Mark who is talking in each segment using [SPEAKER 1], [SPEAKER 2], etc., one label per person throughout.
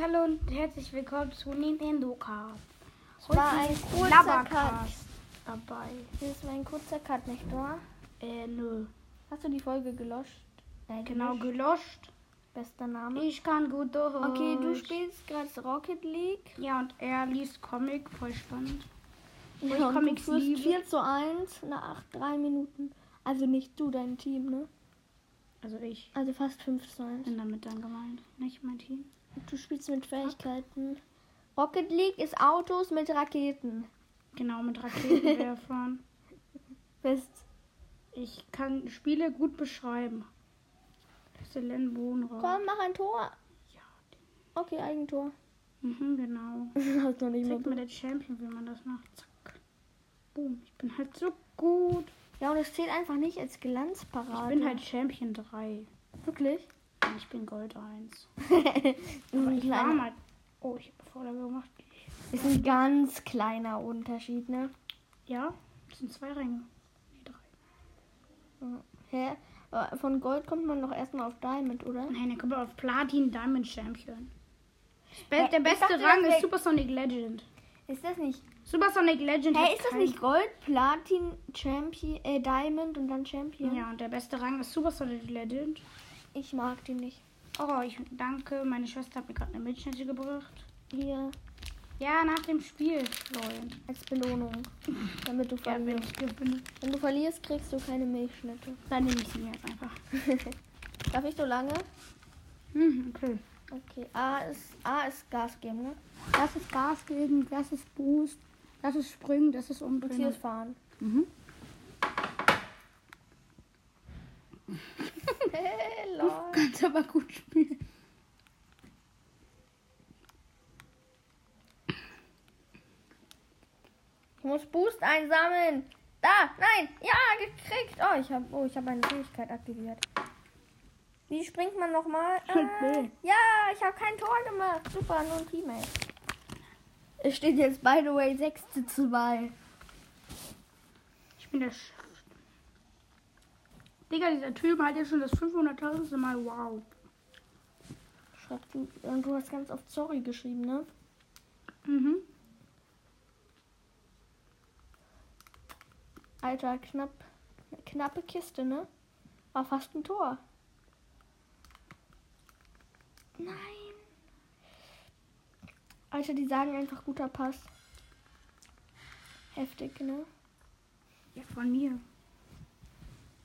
[SPEAKER 1] hallo und herzlich willkommen zu Nintendo Cast.
[SPEAKER 2] Es war ein kurzer Cut.
[SPEAKER 1] Labbercast dabei.
[SPEAKER 2] Hier ist mein kurzer Cut, nicht wahr?
[SPEAKER 1] Äh, nö.
[SPEAKER 2] Hast du die Folge gelöscht? Nein,
[SPEAKER 1] Genau, gelöscht.
[SPEAKER 2] Bester Name.
[SPEAKER 1] Ich kann gut durch.
[SPEAKER 2] Okay, du spielst gerade Rocket League.
[SPEAKER 1] Ja, und er liest Comic, voll spannend.
[SPEAKER 2] Und
[SPEAKER 1] ich
[SPEAKER 2] du
[SPEAKER 1] Comics
[SPEAKER 2] führst
[SPEAKER 1] liebe.
[SPEAKER 2] 4 zu 1 nach 3 Minuten. Also nicht du, dein Team, ne?
[SPEAKER 1] Also ich
[SPEAKER 2] Also fast 5 zu 1.
[SPEAKER 1] bin damit dann gemeint, nicht mein Team.
[SPEAKER 2] Du spielst mit Fähigkeiten. Rocket League ist Autos mit Raketen.
[SPEAKER 1] Genau, mit Raketenwerfern.
[SPEAKER 2] Bist
[SPEAKER 1] ich kann Spiele gut beschreiben. Exzellent Wohnraum.
[SPEAKER 2] Komm, mach ein Tor.
[SPEAKER 1] Ja,
[SPEAKER 2] Okay, Eigentor.
[SPEAKER 1] mhm, genau.
[SPEAKER 2] Hast noch nicht
[SPEAKER 1] Zeig mir
[SPEAKER 2] mal.
[SPEAKER 1] der Champion, wie man das macht. Zack. Boom. Ich bin halt so gut.
[SPEAKER 2] Ja, und es zählt einfach nicht als
[SPEAKER 1] Ich
[SPEAKER 2] Glanzparade.
[SPEAKER 1] bin halt Champion 3.
[SPEAKER 2] wirklich.
[SPEAKER 1] Und ich bin Gold 1.
[SPEAKER 2] ist, ein
[SPEAKER 1] Ich war
[SPEAKER 2] kleiner,
[SPEAKER 1] mal. Oh, ich habe Vorlage gemacht.
[SPEAKER 2] ist ein ganz kleiner Unterschied, ne?
[SPEAKER 1] Ja, das sind zwei Ränge. Nee, drei.
[SPEAKER 2] Hä? Aber Von Gold kommt man doch erstmal auf Diamond, oder?
[SPEAKER 1] Nein, dann kommt man auf Platin Diamond Champion. Das Be
[SPEAKER 2] Ja,
[SPEAKER 1] der
[SPEAKER 2] ich
[SPEAKER 1] beste
[SPEAKER 2] dachte,
[SPEAKER 1] Rang
[SPEAKER 2] das
[SPEAKER 1] ist
[SPEAKER 2] wär-
[SPEAKER 1] Supersonic Legend.
[SPEAKER 2] Ist das nicht.
[SPEAKER 1] Supersonic Legend. hat
[SPEAKER 2] Hä, ist das
[SPEAKER 1] kein-
[SPEAKER 2] nicht Gold, Platin, Champion, äh, Diamond und dann Champion?
[SPEAKER 1] Ja, und der beste Rang ist Supersonic Legend.
[SPEAKER 2] Ich mag die nicht.
[SPEAKER 1] Oh, ich danke. Meine Schwester hat mir gerade eine Milchschnitte gebracht.
[SPEAKER 2] Hier
[SPEAKER 1] Ja, nach dem Spiel, Freund.
[SPEAKER 2] als Belohnung. Damit du
[SPEAKER 1] Ja, wenn
[SPEAKER 2] verlierst.
[SPEAKER 1] ich gewinne.
[SPEAKER 2] wenn du verlierst, kriegst du keine Milchschnitte.
[SPEAKER 1] Dann nehme ich sie mir jetzt einfach.
[SPEAKER 2] Darf ich so lange?
[SPEAKER 1] Hm, okay.
[SPEAKER 2] Okay. A ist, A ist Gas geben, ne?
[SPEAKER 1] Das ist Gas geben, das ist Boost, das ist Springen, das ist
[SPEAKER 2] Und hier
[SPEAKER 1] Umbringen.
[SPEAKER 2] ist Fahren.
[SPEAKER 1] Mhm.
[SPEAKER 2] Lol.
[SPEAKER 1] Kannst aber gut spielen.
[SPEAKER 2] Ich muss Boost einsammeln. Da, nein, ja, gekriegt. Oh, ich habe oh, ich habe eine Fähigkeit aktiviert. Wie springt man nochmal?
[SPEAKER 1] Okay.
[SPEAKER 2] ja, ich habe kein Tor gemacht. Super, nur ein Teammate. Es steht jetzt, by the way, 6 zu 2.
[SPEAKER 1] Ich bin der Chef. Digga, dieser Typ hat ja schon das 500.000. Mal wow.
[SPEAKER 2] Schreib du, und du hast ganz oft sorry geschrieben, ne?
[SPEAKER 1] Mhm.
[SPEAKER 2] Alter, knapp, knappe Kiste, ne? War fast ein Tor. Nein. Alter, die sagen einfach guter Pass. Heftig, ne?
[SPEAKER 1] Ja, von mir.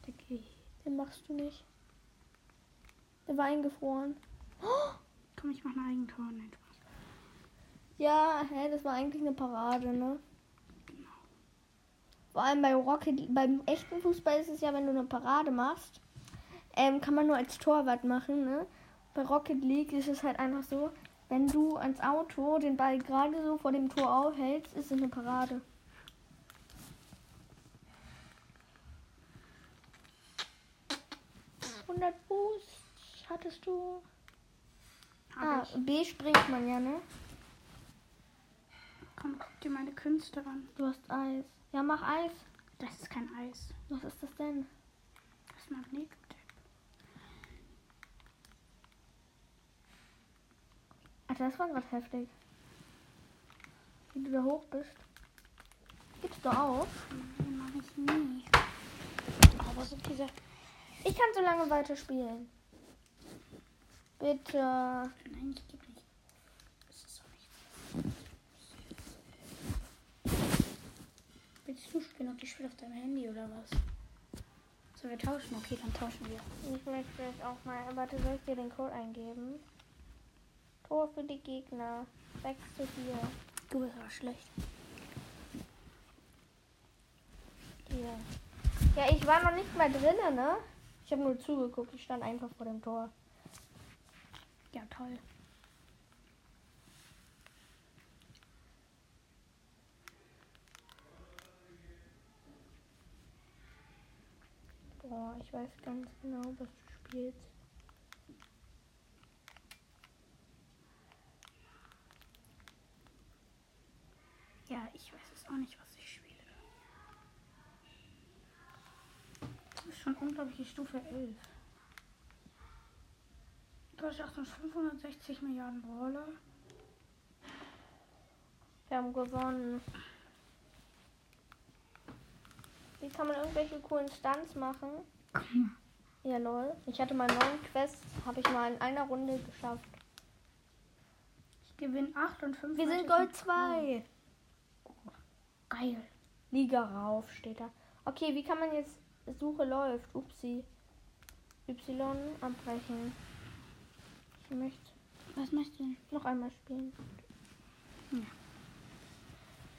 [SPEAKER 1] Da geh ich.
[SPEAKER 2] Den machst du nicht. Der war eingefroren. Oh,
[SPEAKER 1] Komm, ich mach ein Eigentor. Nein, Spaß.
[SPEAKER 2] Ja, hä, das war eigentlich eine Parade, ne?
[SPEAKER 1] Genau.
[SPEAKER 2] Vor allem bei Rocket, beim echten Fußball ist es ja, wenn du eine Parade machst, ähm, kann man nur als Torwart machen, ne? Bei Rocket League ist es halt einfach so, wenn du ans Auto den Ball gerade so vor dem Tor aufhältst, ist es eine Parade. ...100 Boost hattest du. Ah,
[SPEAKER 1] Hab ich.
[SPEAKER 2] B springt man ja, ne?
[SPEAKER 1] Komm, guck dir meine Künste an.
[SPEAKER 2] Du hast Eis. Ja, mach Eis.
[SPEAKER 1] Das ist kein Eis.
[SPEAKER 2] Was ist das denn?
[SPEAKER 1] Das ist Magnet.
[SPEAKER 2] Alter, das war gerade heftig. Wie du da hoch bist. Gibst du auf?
[SPEAKER 1] Nein, mach ich nie. Oh, was sind diese?
[SPEAKER 2] Ich kann so lange weiterspielen. Bitte.
[SPEAKER 1] Nein, ich geb nicht. Das ist auch nicht. Willst du spielen und ich spiele auf deinem Handy oder was? So, wir tauschen. Okay, dann tauschen wir.
[SPEAKER 2] Ich möchte vielleicht auch mal. Warte, soll ich dir den Code eingeben? Tor für die Gegner. 6 zu 4.
[SPEAKER 1] Du bist aber schlecht.
[SPEAKER 2] Hier. Ja, ich war noch nicht mal drinnen, ne? Ich habe nur zugeguckt. Ich stand einfach vor dem Tor.
[SPEAKER 1] Ja, toll.
[SPEAKER 2] Boah, ich weiß ganz genau, was du spielst.
[SPEAKER 1] Ja, ich weiß es auch nicht, was ich spiele. Das ist schon unglaubliche Stufe 11. Deutschland hat 560 Milliarden Brawler.
[SPEAKER 2] Wir haben gewonnen. Wie kann man irgendwelche coolen Stunts machen? Ja, lol. Ich hatte mal neun Quests, habe ich mal in einer Runde geschafft.
[SPEAKER 1] Ich gewinne 8 und 5.
[SPEAKER 2] Wir sind Gold 2.
[SPEAKER 1] Geil.
[SPEAKER 2] Liga rauf steht da. Okay, wie kann man jetzt Suche läuft? Upsi. Y abbrechen. Ich möchte
[SPEAKER 1] Was machst du denn?
[SPEAKER 2] noch einmal spielen.
[SPEAKER 1] Ja.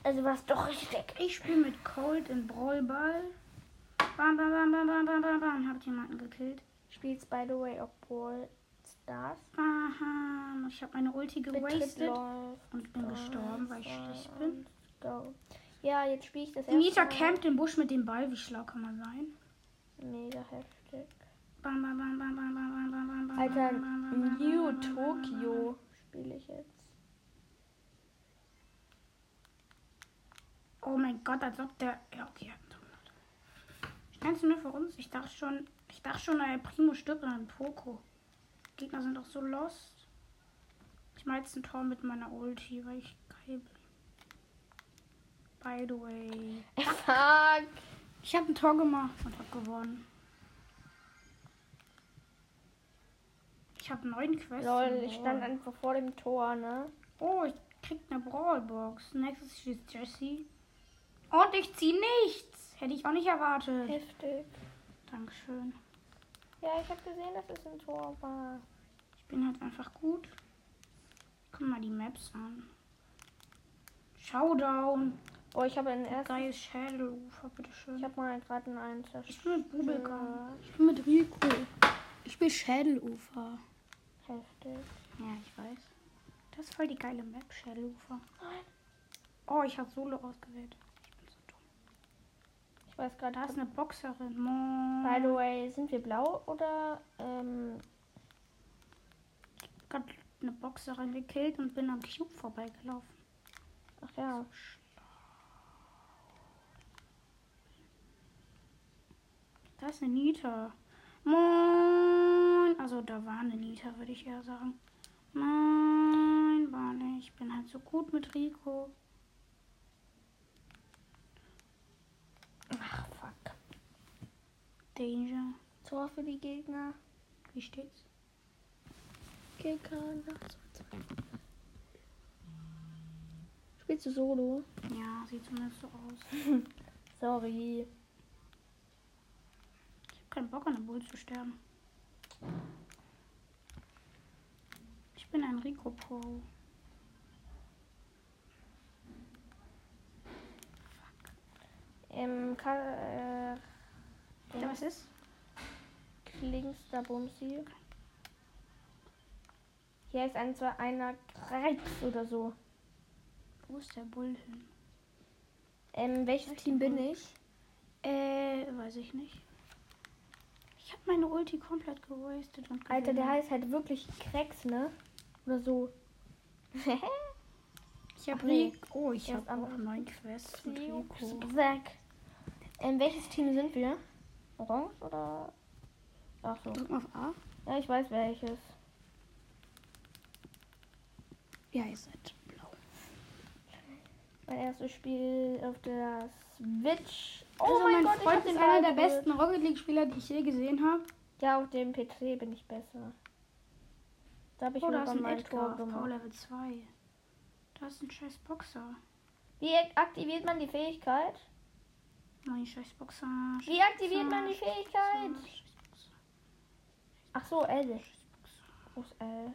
[SPEAKER 2] Also war es doch richtig.
[SPEAKER 1] Ich spiele mit Cold im Brawlball. Bam, bam, bam, bam, bam, bam, bam, bam. Hab jemanden gekillt.
[SPEAKER 2] Spielst by the way auch Brawl Stars.
[SPEAKER 1] Aha, ich habe meine Ulti
[SPEAKER 2] Betritt
[SPEAKER 1] gewastet
[SPEAKER 2] läuft.
[SPEAKER 1] und bin gestorben, weil ich schlecht bin.
[SPEAKER 2] Go. Ja, jetzt spiele ich das
[SPEAKER 1] Nita
[SPEAKER 2] erste Mal.
[SPEAKER 1] campt im Busch mit dem Ball. Wie schlau kann man sein?
[SPEAKER 2] Mega heftig.
[SPEAKER 1] Bam, bam, bam, bam, bam, bam, bam, bam, bam, bam,
[SPEAKER 2] Alter,
[SPEAKER 1] bam, bam, bam, bam,
[SPEAKER 2] New
[SPEAKER 1] bam, bam, bam, bam,
[SPEAKER 2] Tokyo spiele ich jetzt.
[SPEAKER 1] Oh mein Gott, als ob der. Ja, okay. Schnellst du nur für uns? Ich dachte schon, ich dachte schon, ein Primo stirbt an Poco. Gegner sind doch so lost. Ich mache jetzt ein Tor mit meiner Ulti, weil ich geil bin. By the way.
[SPEAKER 2] Fuck.
[SPEAKER 1] Ich habe ein Tor gemacht und habe gewonnen. Ich habe neun Quests.
[SPEAKER 2] Lol,
[SPEAKER 1] im
[SPEAKER 2] ich stand
[SPEAKER 1] Brawl.
[SPEAKER 2] einfach vor dem Tor, ne?
[SPEAKER 1] Oh, ich krieg eine Brawlbox. Nächstes schießt Jessie. Und ich zieh nichts. Hätte ich auch nicht erwartet.
[SPEAKER 2] Heftig.
[SPEAKER 1] Dankeschön.
[SPEAKER 2] Ja, ich habe gesehen, dass es ein Tor war.
[SPEAKER 1] Ich bin halt einfach gut. Guck mal die Maps an. Showdown.
[SPEAKER 2] Oh, ich habe einen ersten.
[SPEAKER 1] Geiles Shadowrufer, bitteschön.
[SPEAKER 2] Ich habe mal gerade einen Einser.
[SPEAKER 1] Ich bin mit Bubblegum. Ich bin mit Rico. Ich bin Schädelufer.
[SPEAKER 2] Heftig.
[SPEAKER 1] Ja, ich weiß. Das ist voll die geile Map, Schädelufer.
[SPEAKER 2] Nein.
[SPEAKER 1] Oh, ich habe Solo ausgewählt. Ich bin so dumm.
[SPEAKER 2] Ich weiß gerade,
[SPEAKER 1] Da ist eine Boxerin. Moin.
[SPEAKER 2] By the way, sind wir blau oder ähm,
[SPEAKER 1] Ich hab eine Boxerin gekillt und bin am Cube vorbeigelaufen.
[SPEAKER 2] ach ja,
[SPEAKER 1] Da ist eine Nita. Moin. Also da war eine Nita, würde ich eher sagen. Moin, war nicht. Ich bin halt so gut mit Rico.
[SPEAKER 2] ach fuck.
[SPEAKER 1] Danger.
[SPEAKER 2] Tor für die Gegner.
[SPEAKER 1] Wie steht's?
[SPEAKER 2] Gegner. Spielst du Solo?
[SPEAKER 1] Ja, sieht zumindest so aus. Ich
[SPEAKER 2] Sorry.
[SPEAKER 1] hab keinen Bock an der Bull zu sterben. Ich bin ein Rico Pro.
[SPEAKER 2] Ähm, Ka äh,
[SPEAKER 1] Ja, was ist?
[SPEAKER 2] links da Bumsi. Hier ist ein, zwei, einer rechts oder so.
[SPEAKER 1] Wo ist der Bull hin?
[SPEAKER 2] Ähm, welches Team bin ich?
[SPEAKER 1] Äh, weiß ich nicht. Ich hab meine Ulti komplett gewastet und
[SPEAKER 2] Alter, der
[SPEAKER 1] gewonnen.
[SPEAKER 2] heißt halt wirklich Krex, ne? Oder so.
[SPEAKER 1] Ich hab
[SPEAKER 2] Ach nee.
[SPEAKER 1] Rico. Oh, ich
[SPEAKER 2] Er
[SPEAKER 1] hab
[SPEAKER 2] ist am-
[SPEAKER 1] auch neun Quests mit Rico.
[SPEAKER 2] Zack. Ähm, welches Team sind wir? Orange oder? Ach so.
[SPEAKER 1] Drück mal auf A.
[SPEAKER 2] Ja, ich weiß welches.
[SPEAKER 1] Ja, ihr seid blau.
[SPEAKER 2] Mein erstes Spiel auf der Switch. Oh
[SPEAKER 1] also mein,
[SPEAKER 2] ich hab
[SPEAKER 1] Freund
[SPEAKER 2] das
[SPEAKER 1] ist einer der
[SPEAKER 2] Ballgefühl.
[SPEAKER 1] besten Rocket League Spieler, die ich je gesehen habe.
[SPEAKER 2] Ja, auf dem PC bin ich besser. Da habe ich
[SPEAKER 1] Oh, da ist
[SPEAKER 2] irgendwann
[SPEAKER 1] ein
[SPEAKER 2] mal ein
[SPEAKER 1] Edgar
[SPEAKER 2] Tor
[SPEAKER 1] auf Power
[SPEAKER 2] gemacht.
[SPEAKER 1] Level 2. Da ist ein scheiß Boxer.
[SPEAKER 2] Wie aktiviert man die Fähigkeit?
[SPEAKER 1] Mein scheiß Boxer. scheiß
[SPEAKER 2] Wie aktiviert
[SPEAKER 1] Boxer,
[SPEAKER 2] man die
[SPEAKER 1] scheiß
[SPEAKER 2] Fähigkeit?
[SPEAKER 1] Boxer, scheiß Boxer.
[SPEAKER 2] Ach so, L. Groß L.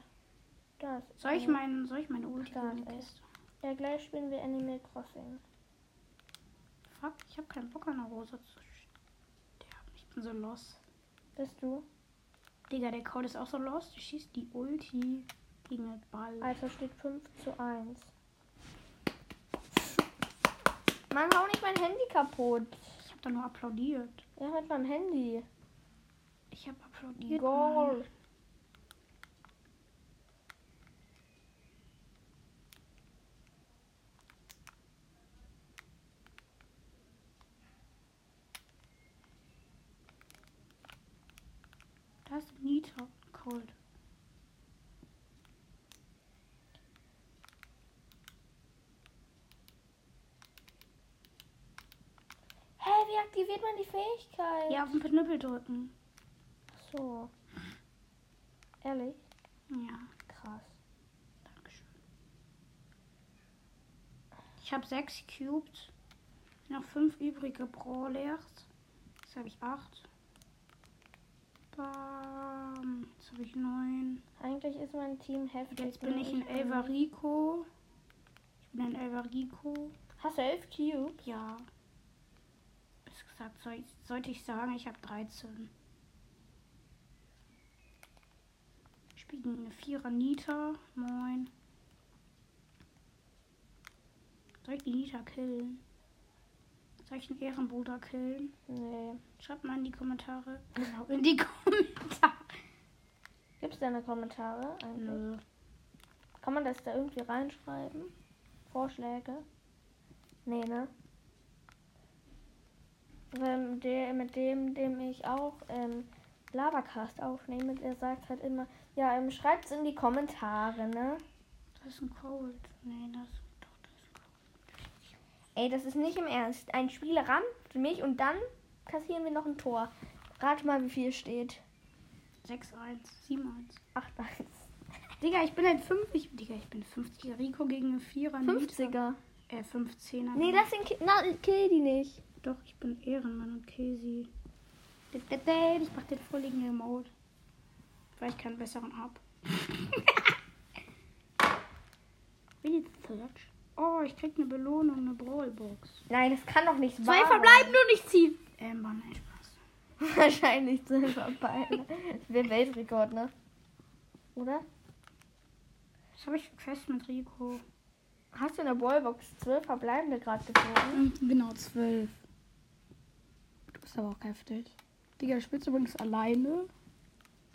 [SPEAKER 2] Das.
[SPEAKER 1] Soll ich meinen, soll ich meine Ulti
[SPEAKER 2] Da
[SPEAKER 1] in die
[SPEAKER 2] ist er.
[SPEAKER 1] Kiste?
[SPEAKER 2] Ja, gleich spielen wir Animal Crossing.
[SPEAKER 1] Fuck, ich hab keinen Bock an der Rose zu sterben. Ich bin so lost.
[SPEAKER 2] Bist du?
[SPEAKER 1] Digga, der Code ist auch so lost. Du schießt die Ulti gegen den Ball.
[SPEAKER 2] Also steht 5 zu 1. Mann, hau nicht mein Handy kaputt.
[SPEAKER 1] Ich hab da nur applaudiert.
[SPEAKER 2] Ja, mit meinem Handy.
[SPEAKER 1] Ich habe applaudiert. Mann.
[SPEAKER 2] Goal.
[SPEAKER 1] Das ist Nita. Cold.
[SPEAKER 2] aktiviert man die Fähigkeit?
[SPEAKER 1] Ja, auf den Knüppel drücken.
[SPEAKER 2] Ach So. Ehrlich?
[SPEAKER 1] Ja,
[SPEAKER 2] Krass.
[SPEAKER 1] dankeschön. Ich habe sechs Cubes. Noch fünf übrige Brawlers. Jetzt habe ich acht. Bam. Jetzt habe ich neun.
[SPEAKER 2] Eigentlich ist mein Team heftig.
[SPEAKER 1] Jetzt bin
[SPEAKER 2] ne?
[SPEAKER 1] ich in Elvarico. Ich bin in Elvarico.
[SPEAKER 2] Hast du elf Cubes?
[SPEAKER 1] Ja. Ist gesagt, soll ich, sollte ich sagen, ich habe 13. Spielen eine Vierer Nita. Moin. Soll ich die Nita killen? Soll ich den Ehrenbruder killen?
[SPEAKER 2] Nee.
[SPEAKER 1] Schreibt mal in die Kommentare. Genau, in die Kommentare.
[SPEAKER 2] Gibt's da eine Kommentare? Eigentlich?
[SPEAKER 1] Nö.
[SPEAKER 2] Kann man das da irgendwie reinschreiben? Vorschläge? Nee, ne? Weil mit der, mit dem, dem ich auch ähm, Labercast aufnehme, der sagt halt immer, ja, ähm, schreibt's in die Kommentare, ne?
[SPEAKER 1] Das ist ein Cold. Nee, das, doch, das ist ein Cold.
[SPEAKER 2] Ey, das ist nicht im Ernst. Ein Spieler rammt mich und dann kassieren wir noch ein Tor. Rat mal, wie viel steht.
[SPEAKER 1] 6-1, 7-1.
[SPEAKER 2] Ach, das
[SPEAKER 1] Digga, ich bin ein 50. Digga, ich bin 50er Rico gegen einen 4er. Nita.
[SPEAKER 2] 50er.
[SPEAKER 1] Äh, 15er.
[SPEAKER 2] Nee,
[SPEAKER 1] Nita.
[SPEAKER 2] lass den Ki na, kill die nicht.
[SPEAKER 1] Doch, ich bin Ehrenmann und Casey. Dit, dit, dit, Ich mach den vorliegenden Emote. Weil ich keinen besseren hab. Bin jetzt Search. Oh, ich krieg eine Belohnung, eine Brawlbox.
[SPEAKER 2] Nein, das kann doch nicht
[SPEAKER 1] Zwei
[SPEAKER 2] wahr sein.
[SPEAKER 1] verbleiben, nur nicht ziehen. Ähm, war nein, Spaß.
[SPEAKER 2] Wahrscheinlich selber beide. Das wäre Weltrekord, ne? Oder?
[SPEAKER 1] Was habe ich für Quest mit Rico?
[SPEAKER 2] Hast du in der Ballbox 12 verbleibende gerade gezogen?
[SPEAKER 1] Genau, zwölf. Du bist aber auch heftig. Digga, spielst du übrigens alleine?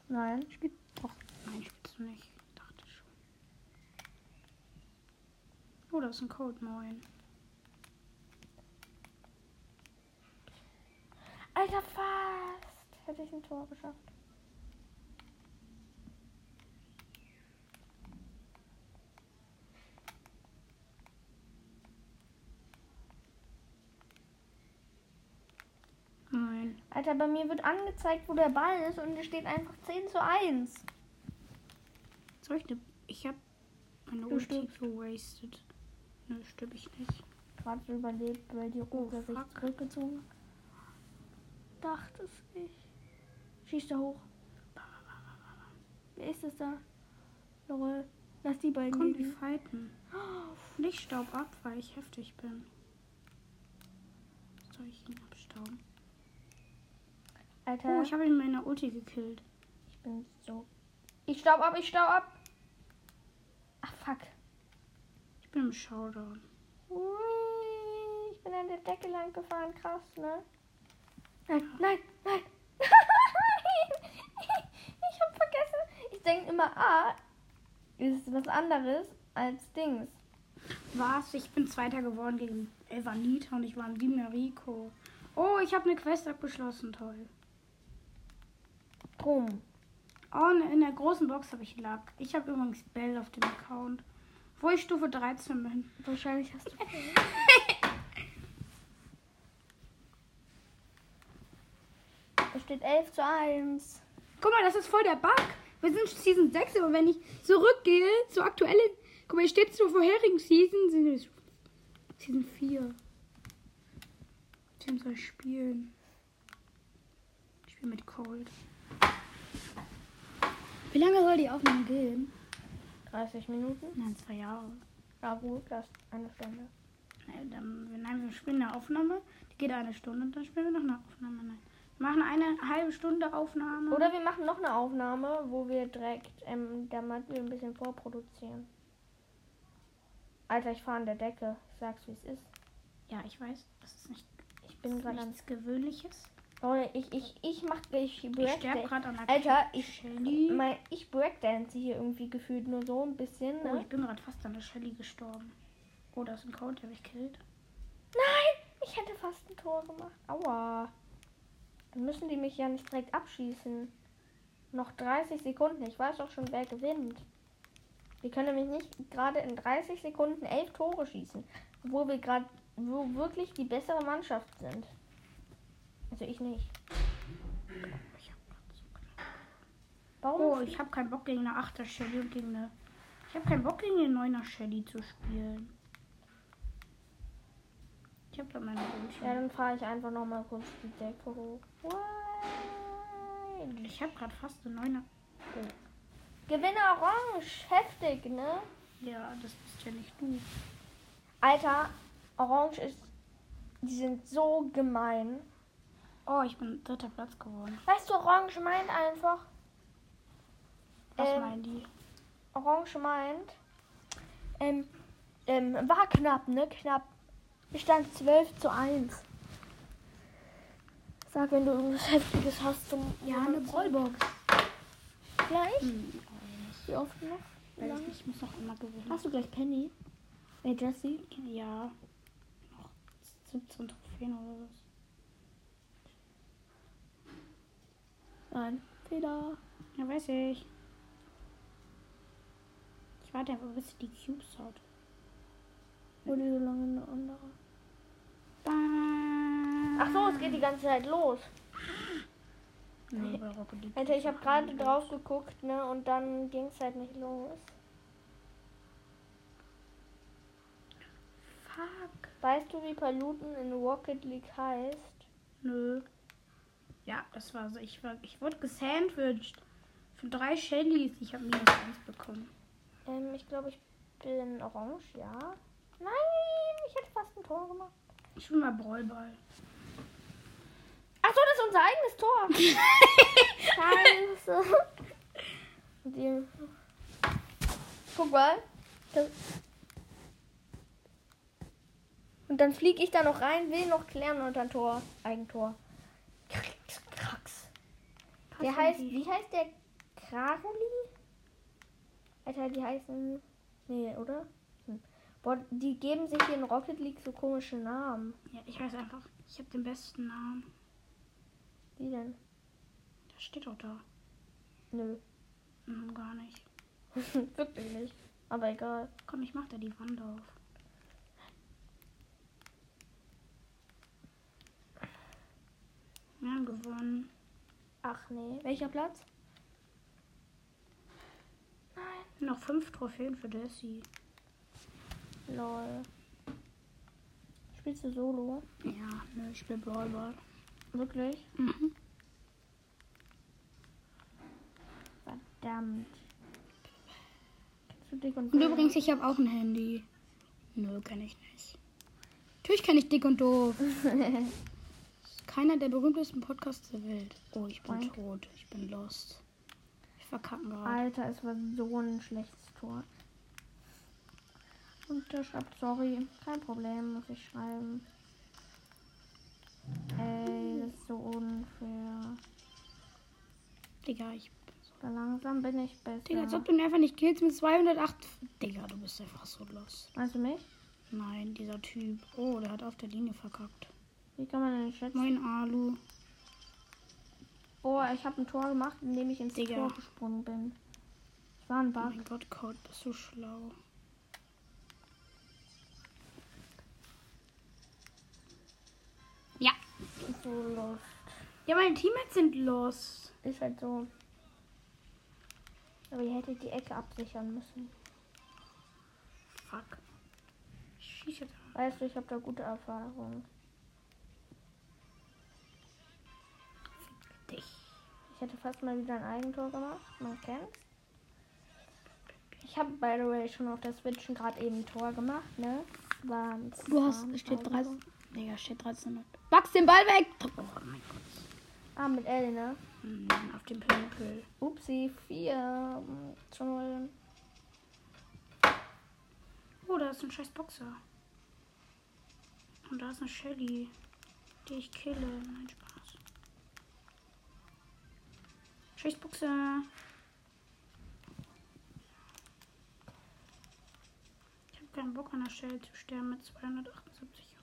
[SPEAKER 2] Nein.
[SPEAKER 1] Spielt doch. Nein, spielst du nicht. Dachte schon. Oh, da ist ein Code 9.
[SPEAKER 2] Alter, fast! Hätte ich ein Tor geschafft.
[SPEAKER 1] Nein.
[SPEAKER 2] Alter, bei mir wird angezeigt, wo der Ball ist und es steht einfach 10 zu 1.
[SPEAKER 1] Soll ich ne. Ich hab meine
[SPEAKER 2] Du
[SPEAKER 1] Ulti
[SPEAKER 2] stirbst.
[SPEAKER 1] gewastet. Ne, stirb ich nicht.
[SPEAKER 2] Gerade so überlebt, weil die Ruhe sich
[SPEAKER 1] Oh, fuck.
[SPEAKER 2] zurückgezogen hat. Dachte es nicht. Schießt da hoch. Wer ist das da? Lol. Lass die beiden
[SPEAKER 1] Komm, wir
[SPEAKER 2] liegen.
[SPEAKER 1] fighten. Und ich staub ab, weil ich heftig bin. Soll ich ihn abstauben?
[SPEAKER 2] Alter.
[SPEAKER 1] Oh, ich habe ihn mit meiner Ulti gekillt.
[SPEAKER 2] Ich bin so. Ich staub ab, ich staub ab. Ach, fuck.
[SPEAKER 1] Ich bin im Showdown.
[SPEAKER 2] Ui, ich bin an der Decke lang gefahren, krass, ne? Nein, nein, nein. ich hab vergessen. Ich denke immer, A ist was anderes als Dings.
[SPEAKER 1] Was? Ich bin Zweiter geworden gegen Evanita und ich war im Siebener Rico. Oh, ich habe eine Quest abgeschlossen. Toll.
[SPEAKER 2] Drum.
[SPEAKER 1] Oh, ne, in der großen Box habe ich Lack. Ich habe übrigens Bell auf dem Account. Wo ich Stufe 13 bin.
[SPEAKER 2] Wahrscheinlich hast du. Es steht 11 zu 1.
[SPEAKER 1] Guck mal, das ist voll der Bug. Wir sind Season 6, aber wenn ich zurückgehe zur aktuellen. Guck mal, hier steht zur vorherigen Season. Sind wir Season 4. Tim soll spielen. Ich spiele mit Cold. Wie lange soll die Aufnahme gehen?
[SPEAKER 2] 30 Minuten.
[SPEAKER 1] Nein, zwei Jahre.
[SPEAKER 2] Na gut, das ist eine Stunde.
[SPEAKER 1] Nein, Äh, dann, nein, wir spielen eine Aufnahme. Die geht eine Stunde und dann spielen wir noch eine Aufnahme. Nein. Wir machen eine halbe Stunde Aufnahme.
[SPEAKER 2] Oder wir machen noch eine Aufnahme, wo wir direkt, ähm, damit wir ein bisschen vorproduzieren. Alter, ich fahre an der Decke. Ich sag's, wie es ist.
[SPEAKER 1] Ja, ich weiß. Das ist nicht
[SPEAKER 2] Ich bin gerade an.
[SPEAKER 1] nichts Gewöhnliches.
[SPEAKER 2] Leute, ich, ich, ich mach. Ich,
[SPEAKER 1] Ich
[SPEAKER 2] breakda-
[SPEAKER 1] sterbe gerade an der
[SPEAKER 2] Alter, ich.
[SPEAKER 1] Shelly.
[SPEAKER 2] Mein, ich breakdance hier irgendwie gefühlt nur so ein bisschen.
[SPEAKER 1] Oh,
[SPEAKER 2] Ne?
[SPEAKER 1] ich bin gerade fast an der Shelly gestorben. Oh, da ist ein Code, der mich killt.
[SPEAKER 2] Nein! Ich hätte fast ein Tor gemacht. Aua. Dann müssen die mich ja nicht direkt abschießen. Noch 30 Sekunden. Ich weiß doch schon, wer gewinnt. Die können nämlich nicht gerade in 30 Sekunden elf Tore schießen. Obwohl wir gerade wo wirklich die bessere Mannschaft sind. Also ich nicht.
[SPEAKER 1] Ich hab grad so
[SPEAKER 2] Warum?
[SPEAKER 1] Oh, ich habe keinen Bock gegen eine 8er Shelly und gegen eine. Ich habe keinen Bock gegen eine 9er Shelly zu spielen. Ich habe da meine
[SPEAKER 2] ja,
[SPEAKER 1] Bildchen.
[SPEAKER 2] dann fahre ich einfach nochmal kurz die Decke hoch. Why?
[SPEAKER 1] Ich habe gerade fast eine 9er.
[SPEAKER 2] Gewinner Orange. Heftig, ne?
[SPEAKER 1] Ja, das bist ja nicht du.
[SPEAKER 2] Alter, Orange ist. Die sind so gemein.
[SPEAKER 1] Oh, ich bin dritter Platz geworden.
[SPEAKER 2] Weißt du, Orange meint einfach.
[SPEAKER 1] Was
[SPEAKER 2] Ähm,
[SPEAKER 1] meinen die?
[SPEAKER 2] Orange meint. Ähm, ähm, war knapp, ne? Knapp. Ich stand 12 zu 1. Sag, wenn du irgendwas Heftiges hast zum.
[SPEAKER 1] Ballbox.
[SPEAKER 2] Gleich?
[SPEAKER 1] Hm,
[SPEAKER 2] Wie oft noch? Wie
[SPEAKER 1] weiß
[SPEAKER 2] lange?
[SPEAKER 1] nicht, ich muss noch immer gewinnen.
[SPEAKER 2] Hast du gleich Penny? Hey, Jessie?
[SPEAKER 1] Ja. Noch 17 Trophäen oder was.
[SPEAKER 2] Nein. Fehler.
[SPEAKER 1] Ja, weiß ich. Ich warte einfach, bis die Cubes hat.
[SPEAKER 2] Wurde so lange eine andere.
[SPEAKER 1] Ach
[SPEAKER 2] Ach so, es geht die ganze Zeit los.
[SPEAKER 1] Nee, bei Rocket League.
[SPEAKER 2] Alter, ich habe gerade drauf geguckt, ne? Und dann ging es halt nicht los.
[SPEAKER 1] Fuck.
[SPEAKER 2] Weißt du, wie Paluten in Rocket League heißt?
[SPEAKER 1] Nö. Ja, das war so. Ich, war, ich wurde gesandwiched. Für drei Shellys. Ich habe minus eins bekommen.
[SPEAKER 2] Ähm, ich glaube, ich bin orange, ja. Nein, ich hätte fast ein Tor gemacht.
[SPEAKER 1] Ich will mal Brawlball.
[SPEAKER 2] Ach so, das ist unser eigenes Tor. Scheiße. Die- Guck mal. Das und dann fliege ich da noch rein, will noch klären und dann Tor, Eigentor. Krax, krax. Der heißt, wie heißt der? Krageli? Alter, die heißen. Nee, oder? Hm. Boah, die geben sich hier in Rocket League so komische Namen.
[SPEAKER 1] Ja, ich weiß einfach. Ich habe den besten Namen.
[SPEAKER 2] Wie denn?
[SPEAKER 1] Das steht doch da.
[SPEAKER 2] Nö.
[SPEAKER 1] Hm, gar nicht.
[SPEAKER 2] Wirklich nicht. Aber egal.
[SPEAKER 1] Komm, ich mach da die Wand auf. Wir haben gewonnen.
[SPEAKER 2] Ach nee. Welcher Platz?
[SPEAKER 1] Noch fünf Trophäen für Jessie.
[SPEAKER 2] Lol. Spielst du solo?
[SPEAKER 1] Ja, ne, ich bin Ballball.
[SPEAKER 2] Wirklich?
[SPEAKER 1] Mhm.
[SPEAKER 2] Verdammt. Kennst du dick und
[SPEAKER 1] Und
[SPEAKER 2] doof?
[SPEAKER 1] übrigens, ich habe auch ein Handy. Nö, kann ich nicht. Natürlich kann ich dick und doof. Keiner der berühmtesten Podcasts der Welt. Oh, ich bin
[SPEAKER 2] Danke.
[SPEAKER 1] tot. Ich bin lost. Ich verkacke gerade.
[SPEAKER 2] Alter, es war so ein schlechtes Tor. Und der schreibt, sorry, kein Problem, muss ich schreiben. Ey, das ist so unfair.
[SPEAKER 1] Digga, ich.
[SPEAKER 2] So langsam bin ich
[SPEAKER 1] Digga, als
[SPEAKER 2] besser.
[SPEAKER 1] ob du ihn einfach nicht killst mit 208. Digga, du bist einfach so lost.
[SPEAKER 2] Weißt du mich?
[SPEAKER 1] Nein, dieser Typ. Oh, der hat auf der Linie verkackt.
[SPEAKER 2] Wie kann man denn schätzen?
[SPEAKER 1] Moin, Alu.
[SPEAKER 2] Boah, ich habe ein Tor gemacht, indem ich ins
[SPEAKER 1] Digga.
[SPEAKER 2] Tor gesprungen bin. Es war ein
[SPEAKER 1] Oh
[SPEAKER 2] Bug.
[SPEAKER 1] mein Gott, Code, bist du schlau. Ja.
[SPEAKER 2] Ist so los.
[SPEAKER 1] Ja, meine Teammates sind los.
[SPEAKER 2] Ist halt so. Aber ihr hättet die Ecke absichern müssen.
[SPEAKER 1] Fuck. Schieße da.
[SPEAKER 2] Weißt du, ich habe da gute Erfahrungen.
[SPEAKER 1] Dich.
[SPEAKER 2] Ich hätte fast mal wieder ein Eigentor gemacht. Man kennt's. Ich habe, by the way, schon auf der Switch gerade eben ein Tor gemacht, ne? Waren
[SPEAKER 1] Du hast, es steht 13. Digga, steht 13. Backst den Ball weg. Oh mein Gott.
[SPEAKER 2] Ah, mit L, ne?
[SPEAKER 1] Hm, Auf dem Pinnacle.
[SPEAKER 2] Upsi, 4 zu 0.
[SPEAKER 1] Oh, da ist ein scheiß Boxer. Und da ist eine Shelly, die ich kille. Nein, Spaß. Scheiß Boxer. Ich habe keinen Bock an der Shelly zu sterben mit 278 HP.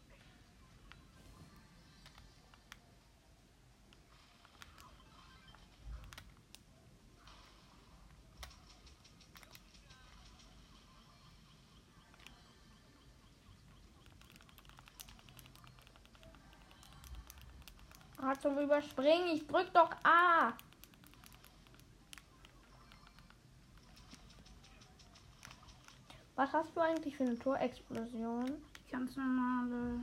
[SPEAKER 2] Ah, Ah, zum Überspringen. Ich drück doch A. Was hast du eigentlich für eine Torexplosion?
[SPEAKER 1] Die ganz normale.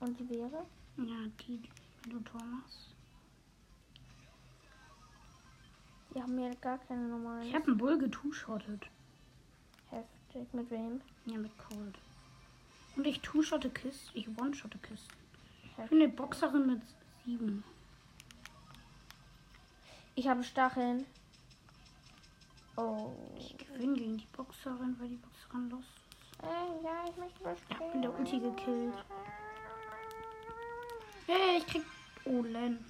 [SPEAKER 2] Und die wäre?
[SPEAKER 1] Ja, die, die- wenn du Tor machst.
[SPEAKER 2] Die haben ja gar keine normalen.
[SPEAKER 1] Ich habe einen Bull getuschottet.
[SPEAKER 2] Heftig. Mit wem?
[SPEAKER 1] Ja, mit Cold. Und ich tuschotte Kisten. Ich one-shotte Kisten. Ich
[SPEAKER 2] Heftig.
[SPEAKER 1] bin eine Boxerin mit sieben.
[SPEAKER 2] Ich habe Stacheln. Oh.
[SPEAKER 1] Ich gewinne gegen die Boxerin, weil die Boxerin los ist.
[SPEAKER 2] Äh, ja, ich möchte
[SPEAKER 1] Ich
[SPEAKER 2] überspringen.
[SPEAKER 1] hab mit der Ulti gekillt. Hey, ich krieg. Oh, Len.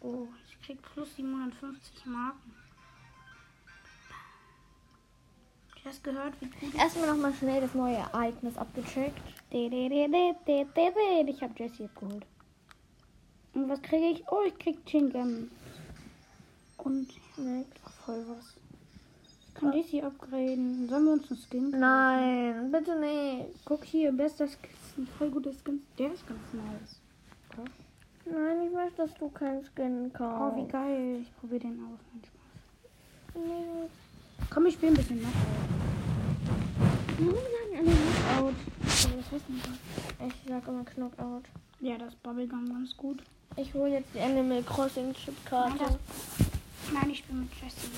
[SPEAKER 1] Oh, ich krieg plus 750 Marken. Du hast gehört, wie gut
[SPEAKER 2] Erstmal nochmal schnell das neue Ereignis abgecheckt. De, de, de, de, de, de, de. Ich habe Jessie abgeholt.
[SPEAKER 1] Und was kriege ich? Oh, ich krieg 10 Gemmen. Und
[SPEAKER 2] Next.
[SPEAKER 1] voll was. Ich kann Daisy upgraden. Sollen wir uns einen Skin? kaufen?
[SPEAKER 2] Nein, bitte nicht.
[SPEAKER 1] Guck hier, bester Skin. Voll guter Skin. Der ist ganz nice.
[SPEAKER 2] Nein, ich möchte, dass du keinen Skin
[SPEAKER 1] Oh,
[SPEAKER 2] kaufst.
[SPEAKER 1] wie geil. Ich probiere den aus. Mein Spaß.
[SPEAKER 2] Nee.
[SPEAKER 1] Komm, ich spiele ein bisschen noch.
[SPEAKER 2] Nein, nein, nein.
[SPEAKER 1] Out. Aber das wissen wir.
[SPEAKER 2] Ich sag immer Knockout.
[SPEAKER 1] Ja, das Bubblegum ganz gut.
[SPEAKER 2] Ich hole jetzt die Animal Crossing
[SPEAKER 1] Nein,
[SPEAKER 2] Chipkarte.
[SPEAKER 1] Nein, ich spiele mit Jessie.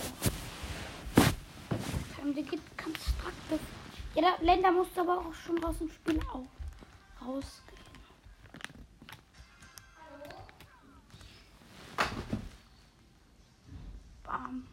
[SPEAKER 1] Ähm, der gibt Constructive. Ja, da, Länder musst du aber auch schon aus dem Spiel auch rausgehen. Bam.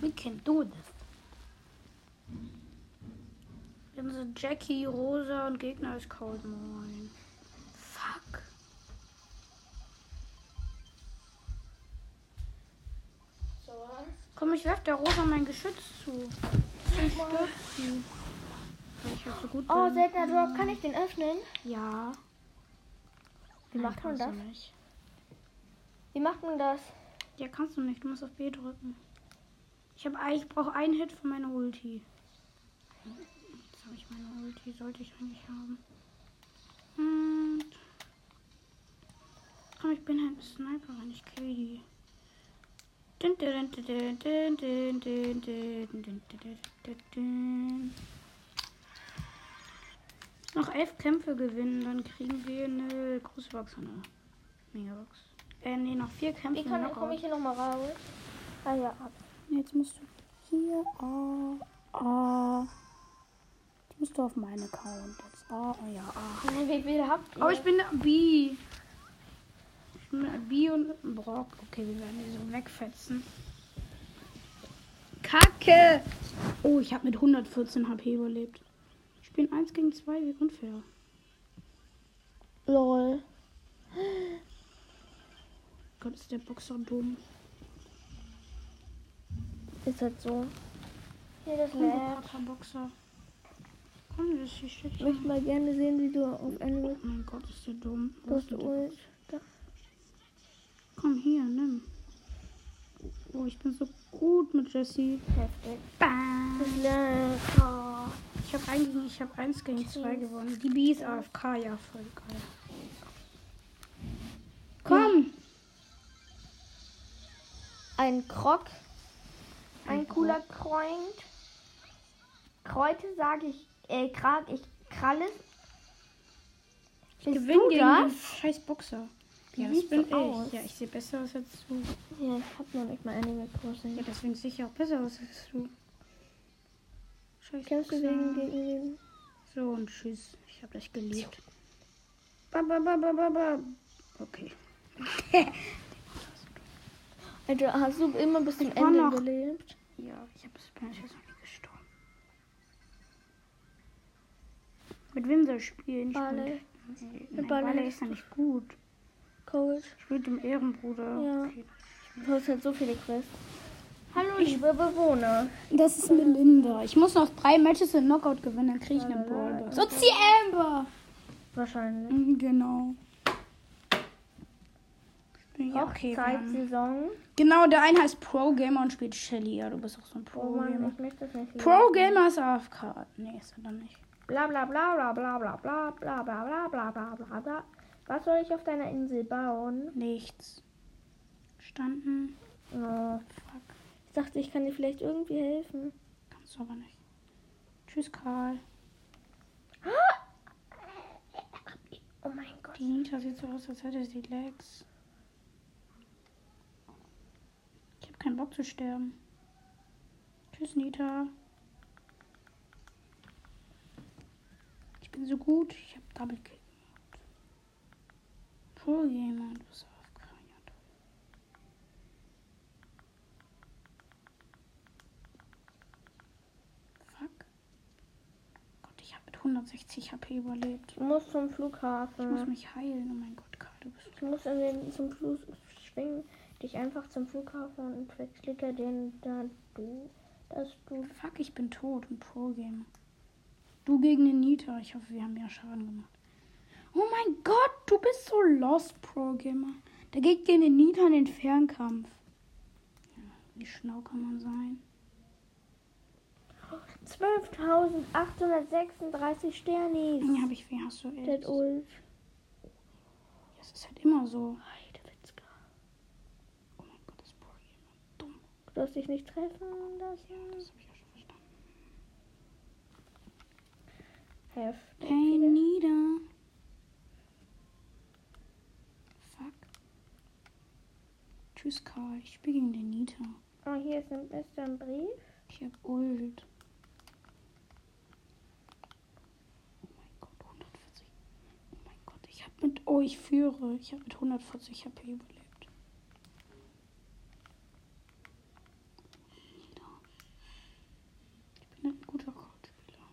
[SPEAKER 1] We can do this. Wir haben so Jackie, Rosa und Gegner ist Cold Moin. Fuck. Komm, ich werf der Rosa mein Geschütz zu. Ich stürz sie. Weil ich halt so gut
[SPEAKER 2] Oh,
[SPEAKER 1] bin.
[SPEAKER 2] seltener Drop. Kann ich den öffnen?
[SPEAKER 1] Ja.
[SPEAKER 2] Wie
[SPEAKER 1] Nein,
[SPEAKER 2] macht man
[SPEAKER 1] kannst du
[SPEAKER 2] das?
[SPEAKER 1] Nicht.
[SPEAKER 2] Wie macht man das?
[SPEAKER 1] Ja, kannst du nicht. Du musst auf B drücken. Ich habe, ich brauche einen Hit für meine Ulti. Jetzt habe ich meine Ulti. Sollte ich eigentlich haben. Und Komm, ich bin halt eine Sniperin. Ich kill die. Dun, dun, dun, dun, dun, dun, dun, dun, dun, dun, dun, dun. Noch elf Kämpfe gewinnen, dann kriegen wir eine große Box. oder? Megabox. Äh, nee, noch vier Kämpfe.
[SPEAKER 2] Wie kann,
[SPEAKER 1] Knockout.
[SPEAKER 2] komme ich hier nochmal raus? Ah ja, ab.
[SPEAKER 1] Jetzt musst du hier A, A. Jetzt musst du auf meinen Account. Jetzt A, oh ja, A.
[SPEAKER 2] Nein, wie viel habt ihr?
[SPEAKER 1] Oh, ich bin B. Ich bin B und Brock. Okay, wir werden die so wegfetzen. Kacke! Oh, ich habe mit 114 HP überlebt. Ich bin 1 gegen 2, wie unfair.
[SPEAKER 2] Lol.
[SPEAKER 1] Gott, ist der Boxer dumm.
[SPEAKER 2] Ist halt so. Ja, das
[SPEAKER 1] Komm, du
[SPEAKER 2] nervt.
[SPEAKER 1] Kacker Boxer. Oh, Komm, das ist die Shit.
[SPEAKER 2] Ich möchte mal gerne sehen, wie du auf Animal
[SPEAKER 1] Mein Gott, ist der dumm. Wo ist
[SPEAKER 2] Crossing
[SPEAKER 1] denn der
[SPEAKER 2] Ult.
[SPEAKER 1] Komm hier, nimm. Oh, ich bin so gut mit Jessie.
[SPEAKER 2] Heftig.
[SPEAKER 1] Bam.
[SPEAKER 2] Das nervt.
[SPEAKER 1] Ich habe eigentlich, ich habe 1 gegen 2 gewonnen. Die B ist AFK, ja, voll geil. Komm!
[SPEAKER 2] Ein Krog.
[SPEAKER 1] Ein
[SPEAKER 2] Ein, cooler Kreund. Kräute sage ich, äh, Krag, ich kralles.
[SPEAKER 1] Ich
[SPEAKER 2] Bist
[SPEAKER 1] gewinne
[SPEAKER 2] du
[SPEAKER 1] gegen
[SPEAKER 2] das?
[SPEAKER 1] den scheiß Boxer.
[SPEAKER 2] Wie
[SPEAKER 1] Ja, das
[SPEAKER 2] siehst
[SPEAKER 1] bin
[SPEAKER 2] du
[SPEAKER 1] ich.
[SPEAKER 2] aus?
[SPEAKER 1] Ja, ich sehe besser aus als du.
[SPEAKER 2] Ja, ich hab noch nicht mal Animal Crossing.
[SPEAKER 1] Ja, deswegen sehe ich auch besser aus als du. Scheiß
[SPEAKER 2] Kämpfst du
[SPEAKER 1] Boxer.
[SPEAKER 2] gegen, gegen, gegen
[SPEAKER 1] So und tschüss. Ich habe dich geliebt. Ba, ba, ba, ba, ba, ba. Okay.
[SPEAKER 2] Also hast du immer bis zum
[SPEAKER 1] Ich war
[SPEAKER 2] Ende
[SPEAKER 1] noch-
[SPEAKER 2] gelebt?
[SPEAKER 1] Ja, ich habe bin ich jetzt noch nie gestorben. Mit wem soll ich spielen? Ich
[SPEAKER 2] Barley.
[SPEAKER 1] Bin, nee, nein,
[SPEAKER 2] Barley
[SPEAKER 1] Barley
[SPEAKER 2] ist
[SPEAKER 1] ist ja nicht gut.
[SPEAKER 2] Cold.
[SPEAKER 1] Ich will dem Ehrenbruder.
[SPEAKER 2] Ja.
[SPEAKER 1] Okay.
[SPEAKER 2] Du hast halt so viele Quests. Hallo, liebe Bewohner.
[SPEAKER 1] Das ist Melinda. Ich muss noch drei Matches in Knockout gewinnen, dann kriege ich einen Ball. So zieh Amber!
[SPEAKER 2] Wahrscheinlich.
[SPEAKER 1] Mhm, Genau. Ja, okay. wir haben-
[SPEAKER 2] Hochzeitssaison.
[SPEAKER 1] Genau, der eine heißt Pro Gamer und spielt Shelly. Ja, du bist auch so ein
[SPEAKER 2] Oh
[SPEAKER 1] Pro
[SPEAKER 2] Mann,
[SPEAKER 1] Gamer.
[SPEAKER 2] ich möchte das nicht.
[SPEAKER 1] Pro Gamer ist AFK. Nee, ist er dann nicht.
[SPEAKER 2] Bla bla bla bla bla bla bla bla bla bla bla bla bla bla. Was soll ich auf deiner Insel bauen?
[SPEAKER 1] Nichts. Standen.
[SPEAKER 2] Oh,
[SPEAKER 1] Fuck.
[SPEAKER 2] ich dachte, ich kann dir vielleicht irgendwie helfen.
[SPEAKER 1] Kannst du aber nicht. Tschüss, Karl.
[SPEAKER 2] Oh mein Gott.
[SPEAKER 1] Die Nita sieht so aus, als hätte sie Legs. Ich habe keinen Bock zu sterben. Tschüss, Nita. Ich bin so gut. Ich habe Double Kill gemacht. Pro jemand was aufgehört. Fuck. Gott, ich habe mit 160 HP überlebt.
[SPEAKER 2] Ich muss zum
[SPEAKER 1] Ich muss
[SPEAKER 2] Flughafen.
[SPEAKER 1] mich heilen. Oh mein Gott, Karl, du bist
[SPEAKER 2] Ich muss in den, zum Flug schwingen. Dich einfach zum Flughafen und verklicke den da du, dass du.
[SPEAKER 1] Fuck, ich bin tot und Pro-Game. Du gegen den Nita. Ich hoffe, wir haben ja Schaden gemacht. Oh mein Gott, du bist so lost, Pro-Gamer. Der geht gegen den Nita in den Fernkampf. Ja, wie schlau kann man sein?
[SPEAKER 2] 12.836 Sternis.
[SPEAKER 1] Irgendwie habe ich wie hast du
[SPEAKER 2] Dead
[SPEAKER 1] Aids?
[SPEAKER 2] Ulf.
[SPEAKER 1] Das ist halt immer so.
[SPEAKER 2] Heidewitzka.
[SPEAKER 1] Oh mein Gott, das Pro-Gamer. Dumm.
[SPEAKER 2] Du darfst dich nicht treffen
[SPEAKER 1] Das
[SPEAKER 2] lassen.
[SPEAKER 1] habe ich ja schon verstanden.
[SPEAKER 2] Heftig.
[SPEAKER 1] Hey, Nita. Fuck. Tschüss, Karl. Ich spiele gegen den Nita.
[SPEAKER 2] Oh, hier ist ein, ist ein Brief.
[SPEAKER 1] Ich hab Ult. Oh mein Gott, 140. Oh mein Gott, ich hab mit. Oh, ich führe. Ich hab mit 140 HP überlebt. Nieder. Ich bin ein guter Kartspieler.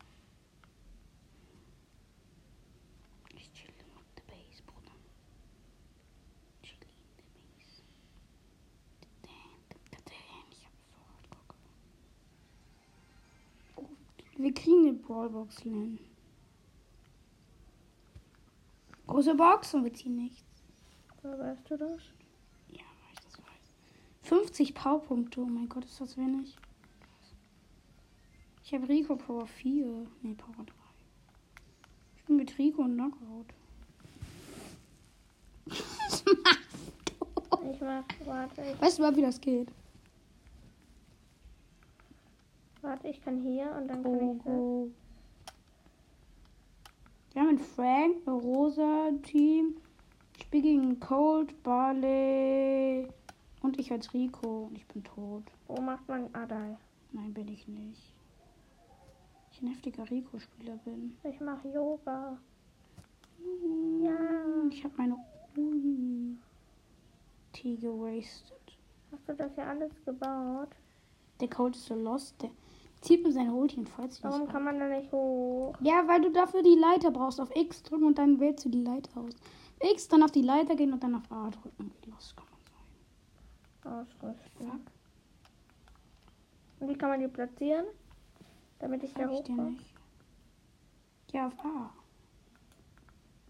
[SPEAKER 1] Ich chill mit der Base, Bruder. Chill in der Base. Da-dan, da-dan. Ich hab sofort Bock. Wir kriegen eine Brawlbox, Len. Große Box und wir ziehen nichts.
[SPEAKER 2] Oh, weißt du das?
[SPEAKER 1] Ja, weil ich das weiß. 50 Powerpunkte, oh mein Gott, ist das wenig. Ich habe Rico Power 4. Nee, Power 3. Ich bin mit Rico und Knockout. Oh.
[SPEAKER 2] Ich mach, warte, ich,
[SPEAKER 1] Weißt du mal, wie das geht?
[SPEAKER 2] warte, ich kann hier und dann kann ich da.
[SPEAKER 1] Gogo. Wir haben einen Frank, eine Rosa Team. Ich spiele gegen Cold, Barley und ich als Rico und ich bin tot.
[SPEAKER 2] Wo macht man Adai?
[SPEAKER 1] Nein, bin ich nicht. Ich ein heftiger Rico-Spieler bin.
[SPEAKER 2] Ich mach Yoga.
[SPEAKER 1] Ja. Ich habe meine Ulti gewastet.
[SPEAKER 2] Hast du das hier alles gebaut?
[SPEAKER 1] Der Cold ist so lost. Der zieht mir seine Ulti und freut sich
[SPEAKER 2] Warum
[SPEAKER 1] nicht.
[SPEAKER 2] kann man da nicht hoch?
[SPEAKER 1] Ja, weil du dafür die Leiter brauchst. Auf X drücken und dann wählst du die Leiter aus. X, dann auf die Leiter gehen und dann auf A drücken. Los, kann man sagen.
[SPEAKER 2] Ausrüsten.
[SPEAKER 1] Fuck.
[SPEAKER 2] Und wie kann man die platzieren? Damit ich da
[SPEAKER 1] Sag ich dir
[SPEAKER 2] hochkomme.
[SPEAKER 1] nicht. Ja, auf A.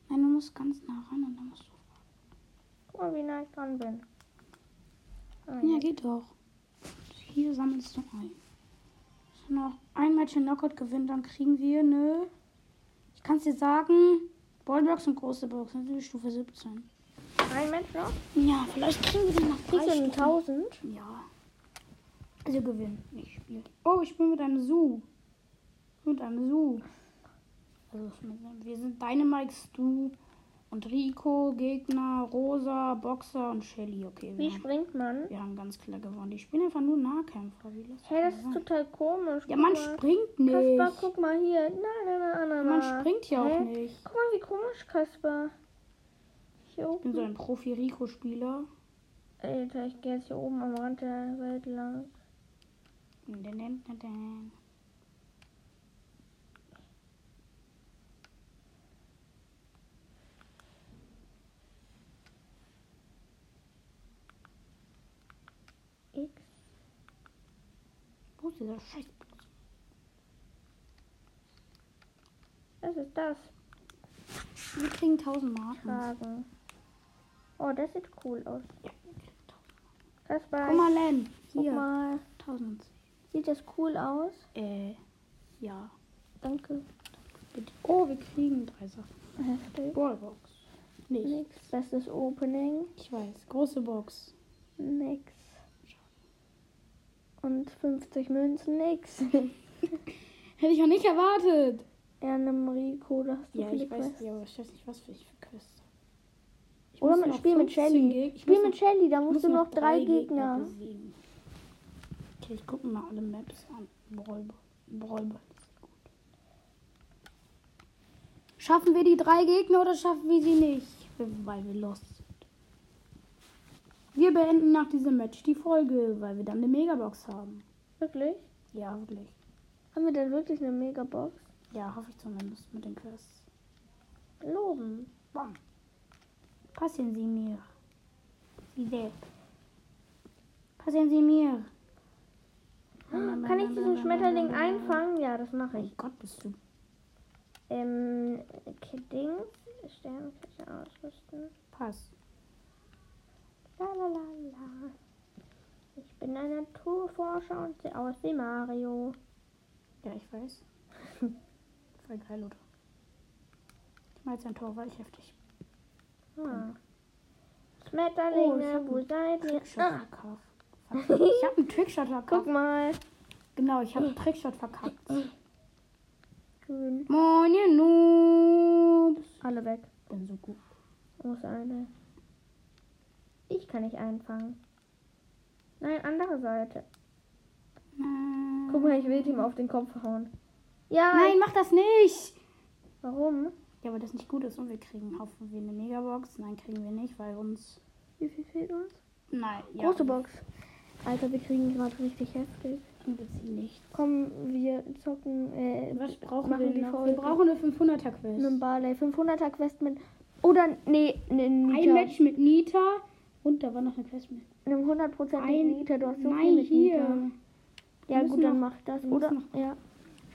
[SPEAKER 1] Nein, du musst ganz nah ran und dann musst du.
[SPEAKER 2] Guck mal, wie nah ich dran bin. Ah,
[SPEAKER 1] Ja,
[SPEAKER 2] ja.
[SPEAKER 1] geht doch. Hier sammelst du ein. So, noch ein Match in Knockout gewinnen, dann kriegen wir eine. Ich kann's dir sagen: Ballbox und große Box. Natürlich Stufe 17.
[SPEAKER 2] Ein Mensch noch?
[SPEAKER 1] Ja, vielleicht kriegen wir den noch drei
[SPEAKER 2] Kriegst du eine
[SPEAKER 1] Stufen.
[SPEAKER 2] 1000?
[SPEAKER 1] Ja. Also gewinnen. Ich spiele. Oh, ich bin mit einem Su. Mit einem Su. Also, ich meine, wir sind Dynamikes, du. Und Rico, Gegner, Rosa, Boxer und Shelly. Okay,
[SPEAKER 2] Wie
[SPEAKER 1] wir haben,
[SPEAKER 2] springt man?
[SPEAKER 1] wir haben ganz klar gewonnen. Die spielen einfach nur Nahkämpfer. Wie lässt
[SPEAKER 2] Hey,
[SPEAKER 1] man
[SPEAKER 2] das ist
[SPEAKER 1] sein?
[SPEAKER 2] total komisch.
[SPEAKER 1] ja,
[SPEAKER 2] Guck
[SPEAKER 1] man
[SPEAKER 2] mal.
[SPEAKER 1] springt
[SPEAKER 2] Kasper,
[SPEAKER 1] nicht.
[SPEAKER 2] guck mal hier. Na, na, na, na, na.
[SPEAKER 1] Man springt ja auch
[SPEAKER 2] Hä?
[SPEAKER 1] nicht.
[SPEAKER 2] Guck mal, wie komisch, Kasper. Hier
[SPEAKER 1] Ich bin
[SPEAKER 2] oben.
[SPEAKER 1] so ein Profi-Rico-Spieler.
[SPEAKER 2] Alter, ich gehe jetzt hier oben am Rand der Welt lang.
[SPEAKER 1] Wie
[SPEAKER 2] X.
[SPEAKER 1] Wo ist dieser Scheiß?
[SPEAKER 2] Was ist das?
[SPEAKER 1] Wir kriegen 1000 Marken.
[SPEAKER 2] Fragen. Oh, das sieht cool aus. Kasper,
[SPEAKER 1] Guck mal, Len.
[SPEAKER 2] guck
[SPEAKER 1] Hier.
[SPEAKER 2] mal.
[SPEAKER 1] 1000.
[SPEAKER 2] Sieht das cool aus?
[SPEAKER 1] Äh, ja.
[SPEAKER 2] Danke.
[SPEAKER 1] Bitte. Oh, wir kriegen drei Sachen.
[SPEAKER 2] Heftig.
[SPEAKER 1] Ballbox. Nicht.
[SPEAKER 2] Nix. Das ist Opening.
[SPEAKER 1] Ich weiß. Große Box.
[SPEAKER 2] Nix. Und 50 Münzen, nix.
[SPEAKER 1] Hätte ich ja nicht erwartet.
[SPEAKER 2] Ja, nimm Rico, da hast du
[SPEAKER 1] Ja,
[SPEAKER 2] viele
[SPEAKER 1] ich weiß.
[SPEAKER 2] Quests.
[SPEAKER 1] Ja, aber ich weiß nicht, was für ich für Quests. Ich
[SPEAKER 2] Oder
[SPEAKER 1] muss
[SPEAKER 2] mit
[SPEAKER 1] noch
[SPEAKER 2] Spiel mit
[SPEAKER 1] 15
[SPEAKER 2] Shelly.
[SPEAKER 1] Geg- ich
[SPEAKER 2] Spiel
[SPEAKER 1] muss
[SPEAKER 2] mit
[SPEAKER 1] noch-
[SPEAKER 2] Shelly, da musst
[SPEAKER 1] muss
[SPEAKER 2] du noch drei Gegner.
[SPEAKER 1] besiegen. Okay, ich gucke mal alle Maps an. Brawlball. Brawlball. ist gut. Schaffen wir die drei Gegner oder schaffen wir sie nicht? Weil wir lost sind. Wir beenden nach diesem Match die Folge, weil wir dann eine Megabox haben.
[SPEAKER 2] Wirklich?
[SPEAKER 1] Ja, wirklich.
[SPEAKER 2] Haben wir denn wirklich eine Megabox?
[SPEAKER 1] Ja, hoffe ich zumindest mit den Quests.
[SPEAKER 2] Loben.
[SPEAKER 1] Bam. Passen Sie mir. Sie selbst. Passen Sie mir.
[SPEAKER 2] Kann ich diesen Schmetterling einfangen? Ja, das mache
[SPEAKER 1] Mein
[SPEAKER 2] ich.
[SPEAKER 1] Gott, bist du.
[SPEAKER 2] Ähm, Kiddings. Sternenkette ausrüsten.
[SPEAKER 1] Pass.
[SPEAKER 2] La la la la. Ich bin ein Naturforscher und oh, sehe aus wie Mario.
[SPEAKER 1] Ja, ich weiß. Voll geil, oder? Ich mache jetzt ein Tor, weil ich heftig
[SPEAKER 2] Hm.
[SPEAKER 1] Oh, ich
[SPEAKER 2] Schmetterlinge,
[SPEAKER 1] hab
[SPEAKER 2] wo seid ihr?
[SPEAKER 1] Trickshot
[SPEAKER 2] Ah,
[SPEAKER 1] verkauft. Verkackt. Ich habe einen Trickshot
[SPEAKER 2] guck
[SPEAKER 1] verkauft.
[SPEAKER 2] mal.
[SPEAKER 1] Genau, ich habe einen Trickshot verkackt.
[SPEAKER 2] Grün.
[SPEAKER 1] Moin, ihr Noobs.
[SPEAKER 2] Alle weg.
[SPEAKER 1] Bin so gut.
[SPEAKER 2] Wo ist eine? Ich kann nicht einfangen. Nein, andere Seite. Guck mal, ich will ihm auf den Kopf hauen. Ja,
[SPEAKER 1] Nein, mach das nicht!
[SPEAKER 2] warum?
[SPEAKER 1] Ja, weil das nicht gut ist und wir kriegen hoffen wir eine Megabox. Nein, kriegen wir nicht, weil uns.
[SPEAKER 2] Wie viel fehlt uns?
[SPEAKER 1] Nein,
[SPEAKER 2] Große Box. Alter, wir kriegen gerade richtig heftig.
[SPEAKER 1] Wir beziehen nicht.
[SPEAKER 2] Komm, wir zocken. Äh,
[SPEAKER 1] Was brauchen
[SPEAKER 2] machen
[SPEAKER 1] wir
[SPEAKER 2] die
[SPEAKER 1] noch?
[SPEAKER 2] Folge.
[SPEAKER 1] Wir brauchen eine 500er Quest.
[SPEAKER 2] einen Barley 500er Quest mit. Oder, nee, einen
[SPEAKER 1] Ein Match mit Nita und da war noch eine Quest mit.
[SPEAKER 2] Einem 100%
[SPEAKER 1] Ein-
[SPEAKER 2] Nita. Du hast so
[SPEAKER 1] Nein,
[SPEAKER 2] viel mit
[SPEAKER 1] hier.
[SPEAKER 2] Nita.
[SPEAKER 1] Wir
[SPEAKER 2] Ja,
[SPEAKER 1] müssen
[SPEAKER 2] gut, dann
[SPEAKER 1] noch-
[SPEAKER 2] mach das.
[SPEAKER 1] wir
[SPEAKER 2] Oder,
[SPEAKER 1] müssen
[SPEAKER 2] ja.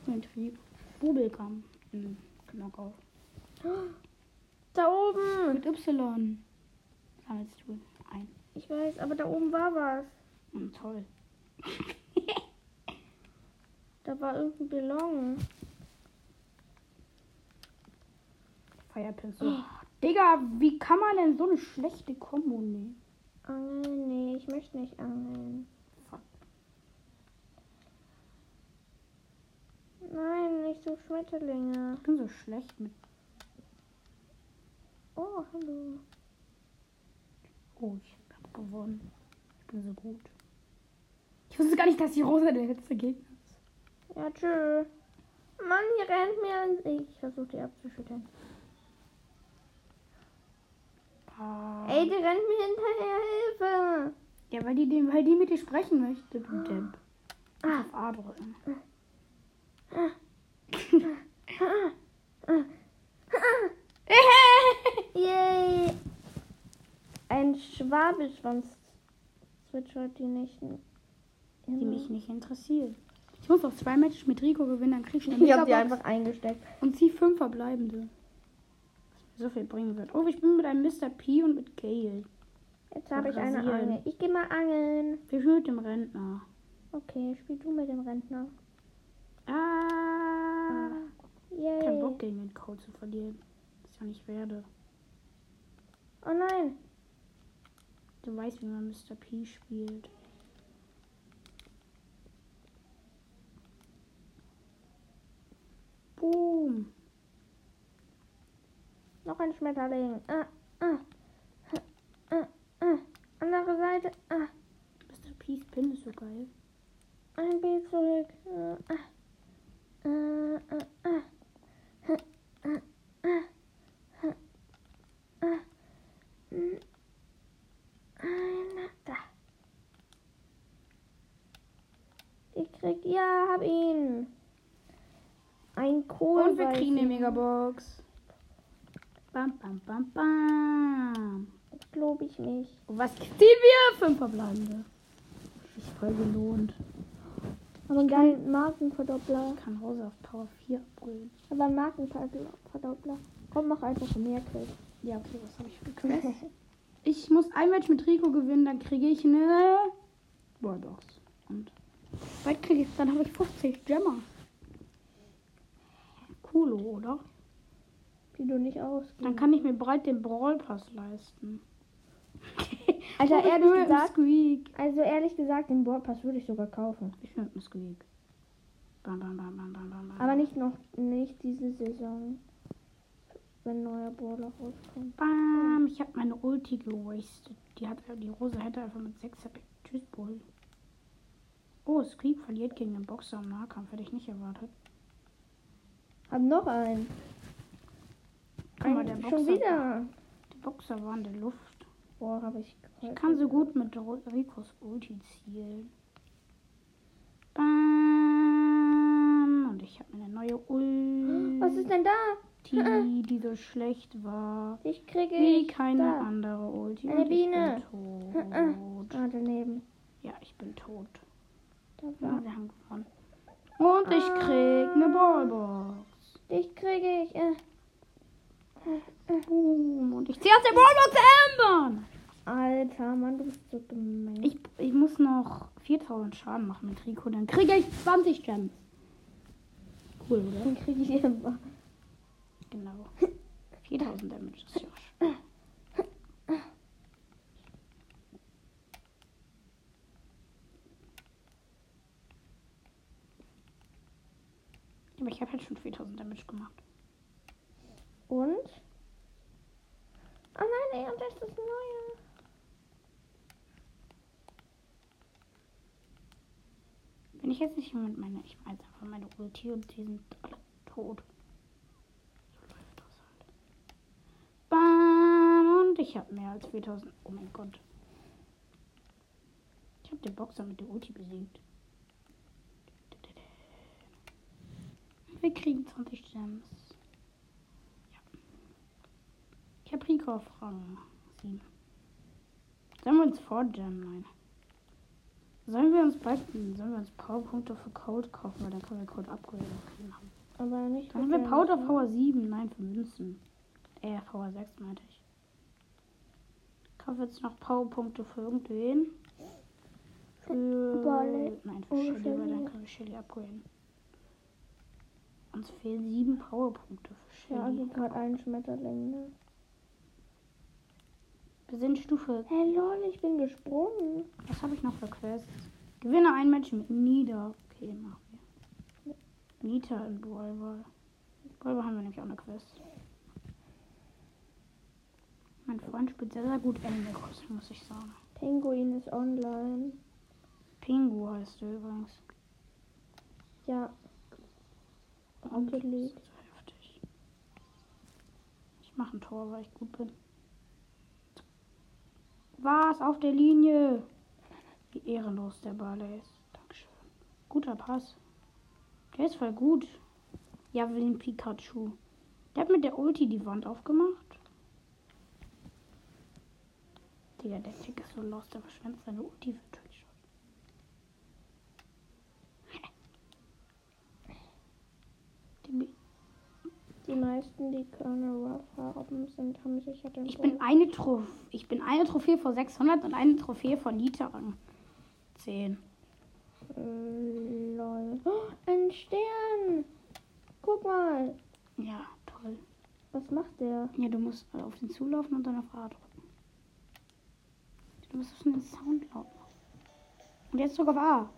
[SPEAKER 1] Mit Trieb. Bubblegum. Mhm. Knockout.
[SPEAKER 2] Da oben.
[SPEAKER 1] Mit Y. Sammelst du ein.
[SPEAKER 2] Ich weiß, aber da oben war was.
[SPEAKER 1] Mhm, toll.
[SPEAKER 2] Da war irgendein Ballon.
[SPEAKER 1] Feierpilze.
[SPEAKER 2] Oh.
[SPEAKER 1] Digga, wie kann man denn so eine schlechte Kombo nehmen?
[SPEAKER 2] Angeln? Nee, ich möchte nicht angeln.
[SPEAKER 1] Fuck.
[SPEAKER 2] Nein, ich suche Schmetterlinge.
[SPEAKER 1] Ich bin so schlecht mit.
[SPEAKER 2] Oh, hallo.
[SPEAKER 1] Oh, ich hab gewonnen. Ich bin so gut. Ich wusste gar nicht, dass die Rosa der letzte Gegner ist.
[SPEAKER 2] Ja, tschö. Mann, hier rennt mir ein... Ich versuche die abzuschütteln. Ey, die rennt mir hinterher.
[SPEAKER 1] Ah.
[SPEAKER 2] Hilfe.
[SPEAKER 1] Ja, weil die, dem- weil die mit dir sprechen möchte, du Depp.
[SPEAKER 2] Ah.
[SPEAKER 1] Auf A drücken.
[SPEAKER 2] Yay. Ein Schwabelschwanz zwitschert die Nächten. Mhm.
[SPEAKER 1] Die mich nicht interessiert. Ich muss noch zwei Matches mit Rico gewinnen, dann krieg ich eine
[SPEAKER 2] Ich habe die
[SPEAKER 1] Megabox
[SPEAKER 2] einfach eingesteckt.
[SPEAKER 1] und zieh fünf verbleibende. Was mir so viel bringen wird. Oh, ich bin mit einem Mr. P und mit Gale.
[SPEAKER 2] Jetzt habe ich eine
[SPEAKER 1] Brasilien.
[SPEAKER 2] Angel. Ich gehe mal angeln.
[SPEAKER 1] Wir spielen mit dem Rentner.
[SPEAKER 2] Okay, spiel du mit dem Rentner.
[SPEAKER 1] Ah. Kein
[SPEAKER 2] Yay.
[SPEAKER 1] Bock gegen den Code zu verlieren. Das ist ja nicht werde.
[SPEAKER 2] Oh nein.
[SPEAKER 1] Du weißt, wie man Mr. P spielt. Boom.
[SPEAKER 2] Noch ein Schmetterling. Ah, ah. Ah, ah. Andere Seite. Ah,
[SPEAKER 1] Mr. Peace Pin ist so geil.
[SPEAKER 2] ein Weg zurück. Ah, ah, ah, ah. Ah, ah, ah. Ah. Hm. Einer da. Ich krieg, ja, hab ihn. Ein Kohl.
[SPEAKER 1] Und wir kriegen eine Megabox. Bam, bam, bam, bam.
[SPEAKER 2] Glaube ich nicht.
[SPEAKER 1] Und was kriegen wir? Fünf verbleibende. Ich voll belohnt.
[SPEAKER 2] Aber einen geilen Markenverdoppler.
[SPEAKER 1] Kann Rosa auf Power 4 abholen.
[SPEAKER 2] Aber einen Markenverdoppler. Komm, mach einfach mehr Quiz.
[SPEAKER 1] Ja, okay, was habe ich für Quest? Ich muss ein Match mit Rico gewinnen, dann kriege ich eine Wallbox. Und bald kriege ich, dann habe ich 50 Gemma. Cool, oder?
[SPEAKER 2] Die du nicht ausgibst.
[SPEAKER 1] Dann kann ich mir breit den Brawl Pass leisten.
[SPEAKER 2] Also
[SPEAKER 1] Und ich
[SPEAKER 2] ehrlich
[SPEAKER 1] will einen
[SPEAKER 2] gesagt,
[SPEAKER 1] Squeak.
[SPEAKER 2] also ehrlich gesagt, den Boardpass würde ich sogar kaufen.
[SPEAKER 1] Ich will einen Squeak. Bam, bam, bam, bam, bam, bam, bam.
[SPEAKER 2] Aber nicht noch, nicht diese Saison. Wenn neuer Brawler rauskommt.
[SPEAKER 1] Bam, ich habe meine Ulti gewastet. Die, hat, die Rose hätte einfach mit 6 HP. Tschüss, Bull. Oh, Squeak verliert gegen den Boxer im Nahkampf. Hätte ich nicht erwartet.
[SPEAKER 2] Hab noch einen.
[SPEAKER 1] Guck mal,
[SPEAKER 2] Ein-
[SPEAKER 1] der Boxer,
[SPEAKER 2] Schon wieder.
[SPEAKER 1] Der Boxer war in der Luft.
[SPEAKER 2] Boah, hab ich
[SPEAKER 1] Ich kann so gut mit Ro- Ricos Ulti zielen. Bam. Und ich habe eine neue
[SPEAKER 2] Was
[SPEAKER 1] Ulti,
[SPEAKER 2] ist denn da?
[SPEAKER 1] die so schlecht war.
[SPEAKER 2] Ich kriege
[SPEAKER 1] Wie
[SPEAKER 2] ich
[SPEAKER 1] keine
[SPEAKER 2] da.
[SPEAKER 1] andere Ulti.
[SPEAKER 2] Eine
[SPEAKER 1] Und
[SPEAKER 2] Biene.
[SPEAKER 1] Ich bin tot.
[SPEAKER 2] Ah, daneben.
[SPEAKER 1] Ja, ich bin tot.
[SPEAKER 2] Da
[SPEAKER 1] Ja,
[SPEAKER 2] war.
[SPEAKER 1] wir haben gewonnen. Und ich krieg eine Ballbox.
[SPEAKER 2] Dich kriege ich. Äh.
[SPEAKER 1] Boom. Und ich zieh aus der Ballbox Amber.
[SPEAKER 2] Alter, Mann, du bist so gemein.
[SPEAKER 1] Ich, ich muss noch 4000 Schaden machen mit Rico, dann kriege ich 20 Gems. Cool, oder?
[SPEAKER 2] Dann kriege ich immer.
[SPEAKER 1] Genau. 4000 Damage ist ja auch schon. Aber ich habe halt schon 4000 Damage gemacht.
[SPEAKER 2] Und? Oh nein, ey, und das ist das Neue.
[SPEAKER 1] Wenn ich jetzt nicht mit meiner, ich weiß einfach meine Ulti und die sind alle tot. So läuft das halt. Bam! Und ich habe mehr als 4000. Oh mein Gott. Ich habe den Boxer mit der Ulti besiegt. Und wir kriegen 20 Gems. Ja. Ich habe Rico auf Rang 7. Sollen wir uns vorgemmen? Nein. Sollen wir uns bald, sollen wir uns Powerpunkte für Code kaufen, weil dann können wir Code upgraden. Haben.
[SPEAKER 2] Aber nicht.
[SPEAKER 1] Dann haben wir
[SPEAKER 2] mit
[SPEAKER 1] Power
[SPEAKER 2] deinem-
[SPEAKER 1] auf Power 7, nein, für Münzen. Äh, Power 6 meinte ich. Kaufen wir jetzt noch Powerpunkte für irgendwen? Für.
[SPEAKER 2] Barley.
[SPEAKER 1] Nein, für
[SPEAKER 2] Oh,
[SPEAKER 1] Shelly, weil dann
[SPEAKER 2] Shelly.
[SPEAKER 1] können wir Shelly upgraden. Uns fehlen 7 Powerpunkte für
[SPEAKER 2] Ja,
[SPEAKER 1] Shelly.
[SPEAKER 2] also gerade einen Schmetterling, ne?
[SPEAKER 1] Wir sind Stufe.
[SPEAKER 2] Hey lol, ich bin gesprungen.
[SPEAKER 1] Was habe ich noch für Quests? Gewinne ein Match mit Nida. Okay, machen wir. Nita in Ballball. Ballball haben wir nämlich auch eine Quest. Mein Freund spielt sehr, sehr gut Animals, muss ich sagen.
[SPEAKER 2] Pinguin ist online.
[SPEAKER 1] Pingu heißt er übrigens.
[SPEAKER 2] Ja,
[SPEAKER 1] Und das
[SPEAKER 2] Rocket League.
[SPEAKER 1] ist so heftig. Ich mache ein Tor, weil ich gut bin. Was? Auf der Linie! Wie ehrenlos der Ball ist. Dankeschön. Guter Pass. Der ist voll gut. Ja, wie ein Pikachu. Der hat mit der Ulti die Wand aufgemacht. Digga, der Tick ist so lost, der verschwendet seine Ulti für Twitch. Der-
[SPEAKER 2] die meisten, die Colonel Ruff haben, sind, haben halt sicher den
[SPEAKER 1] Ich
[SPEAKER 2] Ball.
[SPEAKER 1] bin eine Trophäe. Ich bin eine Trophäe vor 600 und eine Trophäe vor Liter Rang 10.
[SPEAKER 2] Äh, lol. Oh, ein Stern! Guck mal.
[SPEAKER 1] Ja, toll.
[SPEAKER 2] Was macht der?
[SPEAKER 1] Ja, du musst äh, auf den zulaufen und dann auf A drücken. Du musst auf den Sound laut machen. Und jetzt drück auf A.